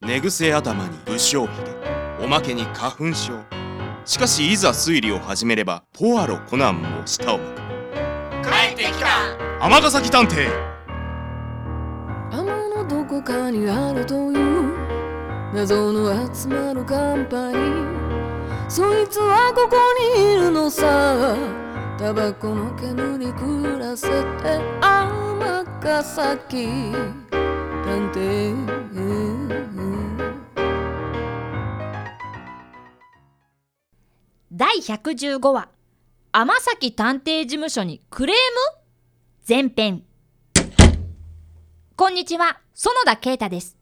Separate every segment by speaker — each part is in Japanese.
Speaker 1: 寝癖頭に不祥髭おまけに花粉症しかしいざ推理を始めればポアロコナンも舌を巻く
Speaker 2: 帰ってきた
Speaker 1: 尼崎探偵
Speaker 3: 雨のどこかにあるという謎の集まるカンパニーそいつはここにいるのさタバコの煙に暮らせて天ヶ崎探偵
Speaker 4: 第115話天崎探偵事務所にクレーム前編こんにちは園田啓太です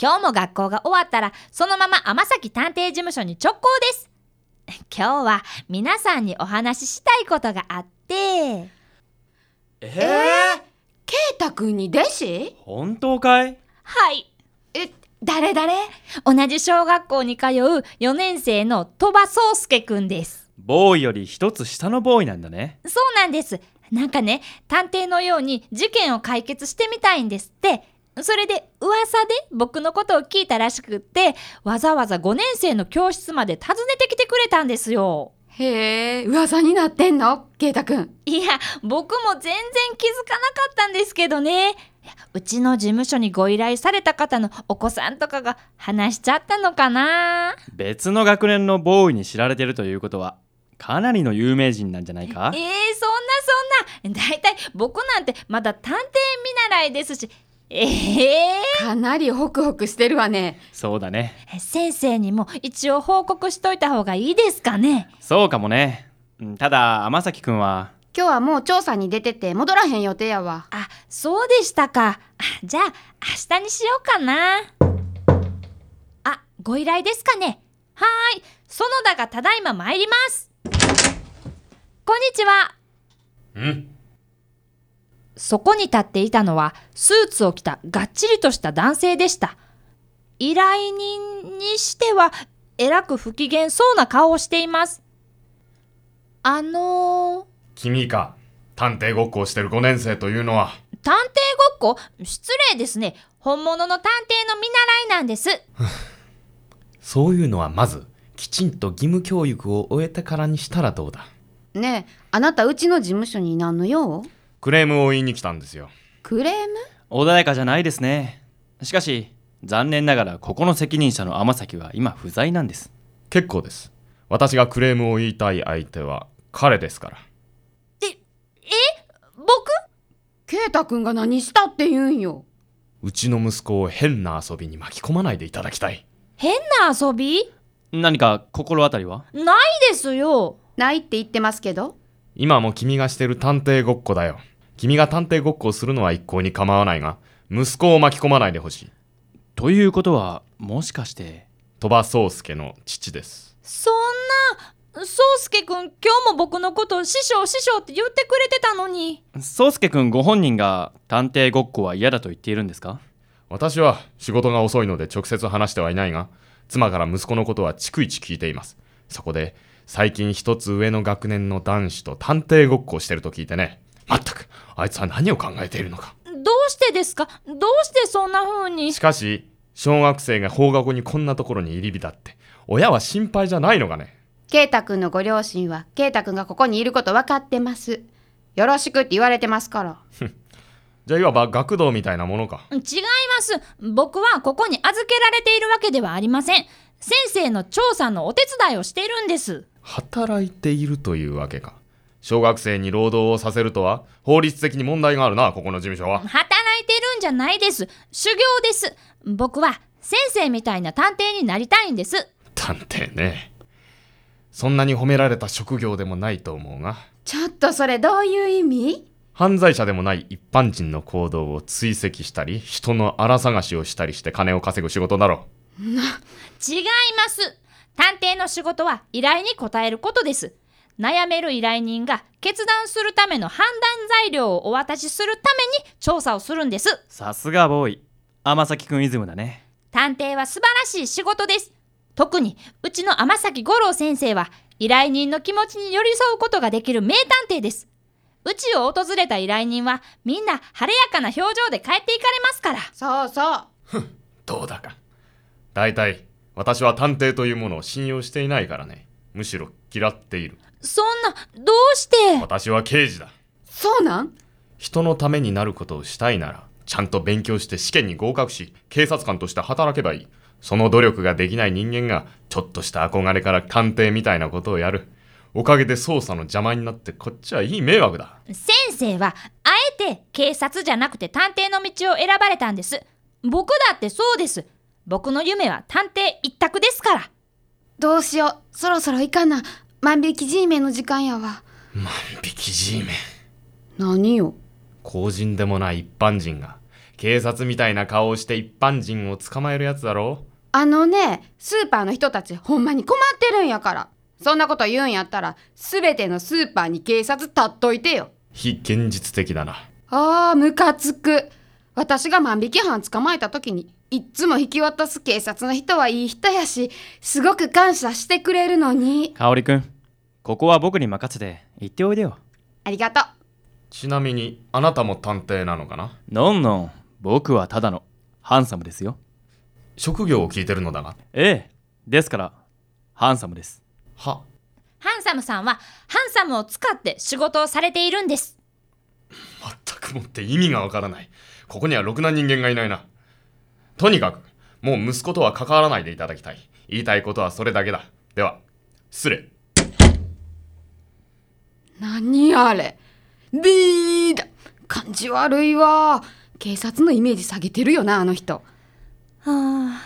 Speaker 4: 今日も学校が終わったらそのまま天崎探偵事務所に直行です今日は皆さんにお話ししたいことがあって
Speaker 5: えー、
Speaker 2: ケイタくんに弟子
Speaker 5: 本当かい
Speaker 4: はい
Speaker 2: え誰誰
Speaker 4: 同じ小学校に通う4年生の鳥羽宗介くんです
Speaker 5: ボーイより一つ下のボーイなんだね
Speaker 4: そうなんです。なんかね、探偵のように事件を解決してみたいんですって。それで噂で僕のことを聞いたらしくって、わざわざ5年生の教室まで訪ねてきてくれたんですよ。
Speaker 2: へえ噂になってんのケイタくん
Speaker 4: いや、僕も全然気づかなかったんですけどね。いやうちの事務所にご依頼された方のお子さんとかが話しちゃったのかな
Speaker 5: 別の学年のボーイに知られてるということはかなりの有名人なんじゃないか
Speaker 4: えー、そんなそんな。だいたい僕なんてまだ探偵見習いですし。ええー
Speaker 2: かなりホクホクしてるわね
Speaker 5: そうだね
Speaker 4: 先生にも一応報告しといた方がいいですかね
Speaker 5: そうかもねうんただ天崎くんは
Speaker 2: 今日はもう調査に出てて戻らへん予定やわ
Speaker 4: あそうでしたかあじゃあ明日にしようかなあご依頼ですかねはーい園田がただいま参りますこんにちは
Speaker 5: うん
Speaker 4: そこに立っていたのはスーツを着たがっちりとした男性でした依頼人にしてはえらく不機嫌そうな顔をしていますあのー、
Speaker 6: 君か探偵ごっこをしてる5年生というのは
Speaker 4: 探偵ごっこ失礼ですね。本物の探偵の見習いなんです。
Speaker 7: そういうのはまずきちんと義務教育を終えてからにしたらどうだ
Speaker 2: ねえあなたうちの事務所に何の用
Speaker 6: クレームを言いに来たんですよ
Speaker 2: クレーム
Speaker 5: 穏やかじゃないですねしかし残念ながらここの責任者の天崎は今不在なんです
Speaker 6: 結構です私がクレームを言いたい相手は彼ですから
Speaker 4: 僕
Speaker 2: ケイタくんが何したって言うんよ
Speaker 6: うちの息子を変な遊びに巻き込まないでいただきたい
Speaker 4: 変な遊び
Speaker 5: 何か心当たりは
Speaker 4: ないですよ。
Speaker 2: ないって言ってますけど
Speaker 6: 今も君がしてる探偵ごっこだよ君が探偵ごっこをするのは一向に構わないが息子を巻き込まないでほしい
Speaker 5: ということはもしかして
Speaker 6: 鳥羽宗介の父です
Speaker 4: そんな、宗介くん今日も僕のことを師匠師匠って言ってくれてたのに。
Speaker 5: 宗介くんご本人が探偵ごっこは嫌だと言っているんですか
Speaker 6: 私は仕事が遅いので直接話してはいないが妻から息子のことは逐一聞いていますそこで最近一つ上の学年の男子と探偵ごっこをしてると聞いてねまったくあいつは何を考えているのか
Speaker 4: どうしてですかどうしてそんな風に
Speaker 6: しかし小学生が放課後にこんなところに入り浸って親は心配じゃないのかね
Speaker 2: ケイタくんのご両親はケイタくんがここにいること分かってますよろしくって言われてますから
Speaker 6: じゃあいわば学童みたいなものか
Speaker 4: 違います。僕はここに預けられているわけではありません。先生の調査のお手伝いをしているんです。
Speaker 6: 働いているというわけか小学生に労働をさせるとは法律的に問題があるなここの事務所は
Speaker 4: 働いてるんじゃないです修行です僕は先生みたいな探偵になりたいんです
Speaker 6: 探偵ねそんなに褒められた職業でもないと思うが
Speaker 2: ちょっとそれどういう意味
Speaker 6: 犯罪者でもない一般人の行動を追跡したり人の荒探しをしたりして金を稼ぐ仕事だろ
Speaker 4: 違います探偵の仕事は依頼に応えることです悩める依頼人が決断するための判断材料をお渡しするために調査をするんです
Speaker 5: さすがボーイ天崎くんイズムだね
Speaker 4: 探偵は素晴らしい仕事です特にうちの天崎五郎先生は依頼人の気持ちに寄り添うことができる名探偵ですうちを訪れた依頼人はみんな晴れやかな表情で帰っていかれますから
Speaker 2: そうそう
Speaker 6: どうだか大体、私は探偵というものを信用していないからね。むしろ嫌っている。
Speaker 4: そんな、どうして
Speaker 6: 私は刑事だ。
Speaker 2: そうなん
Speaker 6: 人のためになることをしたいなら、ちゃんと勉強して試験に合格し、警察官として働けばいい。その努力ができない人間が、ちょっとした憧れから探偵みたいなことをやる。おかげで捜査の邪魔になって、こっちはいい迷惑だ。
Speaker 4: 先生は、あえて警察じゃなくて探偵の道を選ばれたんです。僕だってそうです。僕の夢は探偵一択ですから。
Speaker 2: どうしようそろそろ行かな万引き G メンの時間やわ
Speaker 6: ビキジーメン。
Speaker 2: 何よ
Speaker 6: 公人でもない一般人が、警察みたいな顔をして一般人を捕まえるやつだろう
Speaker 2: あのねスーパーの人たちほんまに困ってるんやからそんなこと言うんやったら全てのスーパーに警察立っといてよ
Speaker 6: 非現実的だな。
Speaker 2: あームカつく私が万引き犯捕まえた時にいっつも引き渡す警察の人はいい人やしすごく感謝してくれるのに
Speaker 5: 香織くんここは僕に任せて行っておいでよ
Speaker 2: ありがとう
Speaker 6: ちなみに、あなたも探偵なのかな
Speaker 5: のんのん僕はただのハンサムですよ
Speaker 6: 職業を聞いてるのだが。
Speaker 5: ええですからハンサムです
Speaker 6: は、
Speaker 4: ハンサムさんは、ハンサムを使って仕事をされているんです。
Speaker 6: 全くもって意味がわからない。ここにはろくな人間がいないな。とにかく、もう息子とは関わらないでいただきたい。言いたいことはそれだけだ。では、失礼。
Speaker 2: 何あれビーだ感じ悪いわ警察のイメージ下げてるよなあの人
Speaker 4: は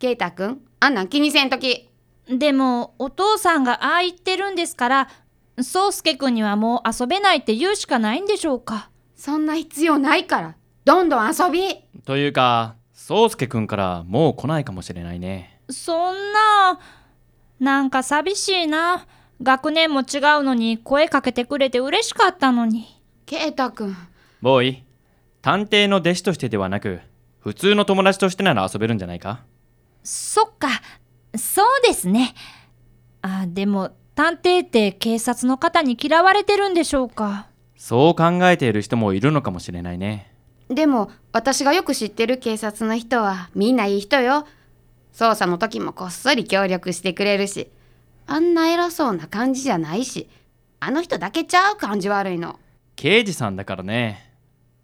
Speaker 2: 圭太くんあんなん気にせんとき
Speaker 4: あ、でも、お父さんがああ言ってるんですから、そうすけくんにはもう遊べないって言うしかないんでしょうか。
Speaker 2: そんな必要ないからどんどん遊び
Speaker 5: というか宗介くんからもう来ないかもしれないね
Speaker 4: そんな、なんか寂しいな。学年も違うのに声かけてくれて嬉しかったのに。
Speaker 2: 圭太くん
Speaker 5: ボーイ探偵の弟子としてではなく普通の友達としてなら遊べるんじゃないか
Speaker 4: そっか、そうですね。あ、でも、探偵って警察の方に嫌われてるんでしょうか。
Speaker 5: そう考えている人もいるのかもしれないね
Speaker 2: でも私がよく知ってる警察の人はみんないい人よ捜査の時もこっそり協力してくれるしあんな偉そうな感じじゃないしあの人だけちゃう感じ悪いの
Speaker 5: 刑事さんだからね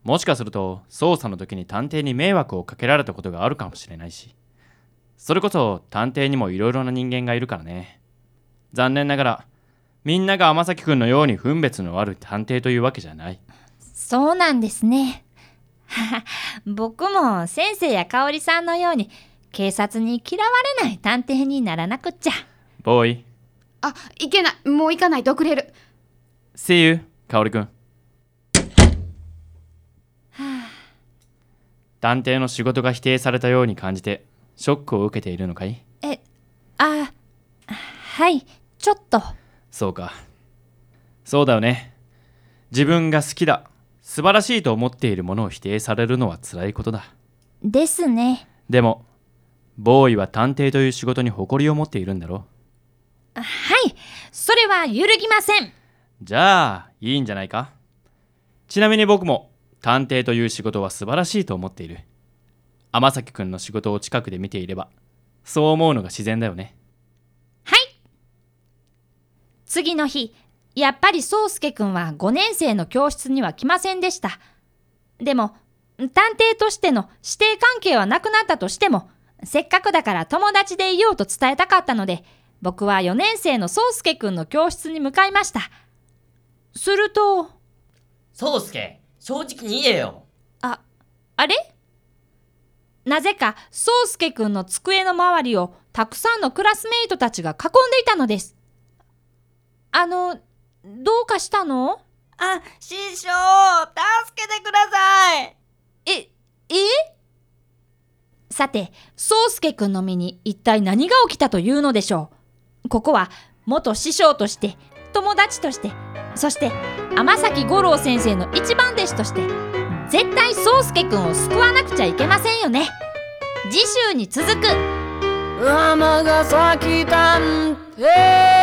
Speaker 5: もしかすると捜査の時に探偵に迷惑をかけられたことがあるかもしれないしそれこそ探偵にもいろいろな人間がいるからね残念ながらみんなが天崎くんのように分別の悪い探偵というわけじゃない
Speaker 4: そうなんですね。 僕も先生や香織さんのように警察に嫌われない探偵にならなくっちゃ。
Speaker 5: ボーイ
Speaker 2: あいけないもう行かないと遅れる
Speaker 5: See you 香織くん探偵の仕事が否定されたように感じてショックを受けているのかい
Speaker 4: あ、はい、ちょっと。
Speaker 5: そうか。そうだよね。自分が好きだ、素晴らしいと思っているものを否定されるのは辛いことだ。
Speaker 4: ですね。
Speaker 5: でも、ボーイは探偵という仕事に誇りを持っているんだろ
Speaker 4: はい、それは揺るぎません。
Speaker 5: じゃあ、いいんじゃないかちなみに僕も、探偵という仕事は素晴らしいと思っている。天崎くんの仕事を近くで見ていれば、そう思うのが自然だよね。
Speaker 4: はい次の日やっぱり宗介くんは5年生の教室には来ませんでしたでも探偵としての師弟関係はなくなったとしてもせっかくだから友達でいようと伝えたかったので僕は4年生の宗介くんの教室に向かいましたすると
Speaker 8: 宗介、正直に言えよ。
Speaker 4: あれなぜか宗介くんの机の周りをたくさんのクラスメイトたちが囲んでいたのです。あの、どうかしたの
Speaker 9: あ、師匠、助けてください
Speaker 4: え、えさて、宗介くんの身に一体何が起きたというのでしょう。ここは元師匠として、友達として、そして天崎五郎先生の一番弟子として、絶対宗介くんを救わなくちゃいけませんよね。次週に続く。
Speaker 3: 天ヶ崎探偵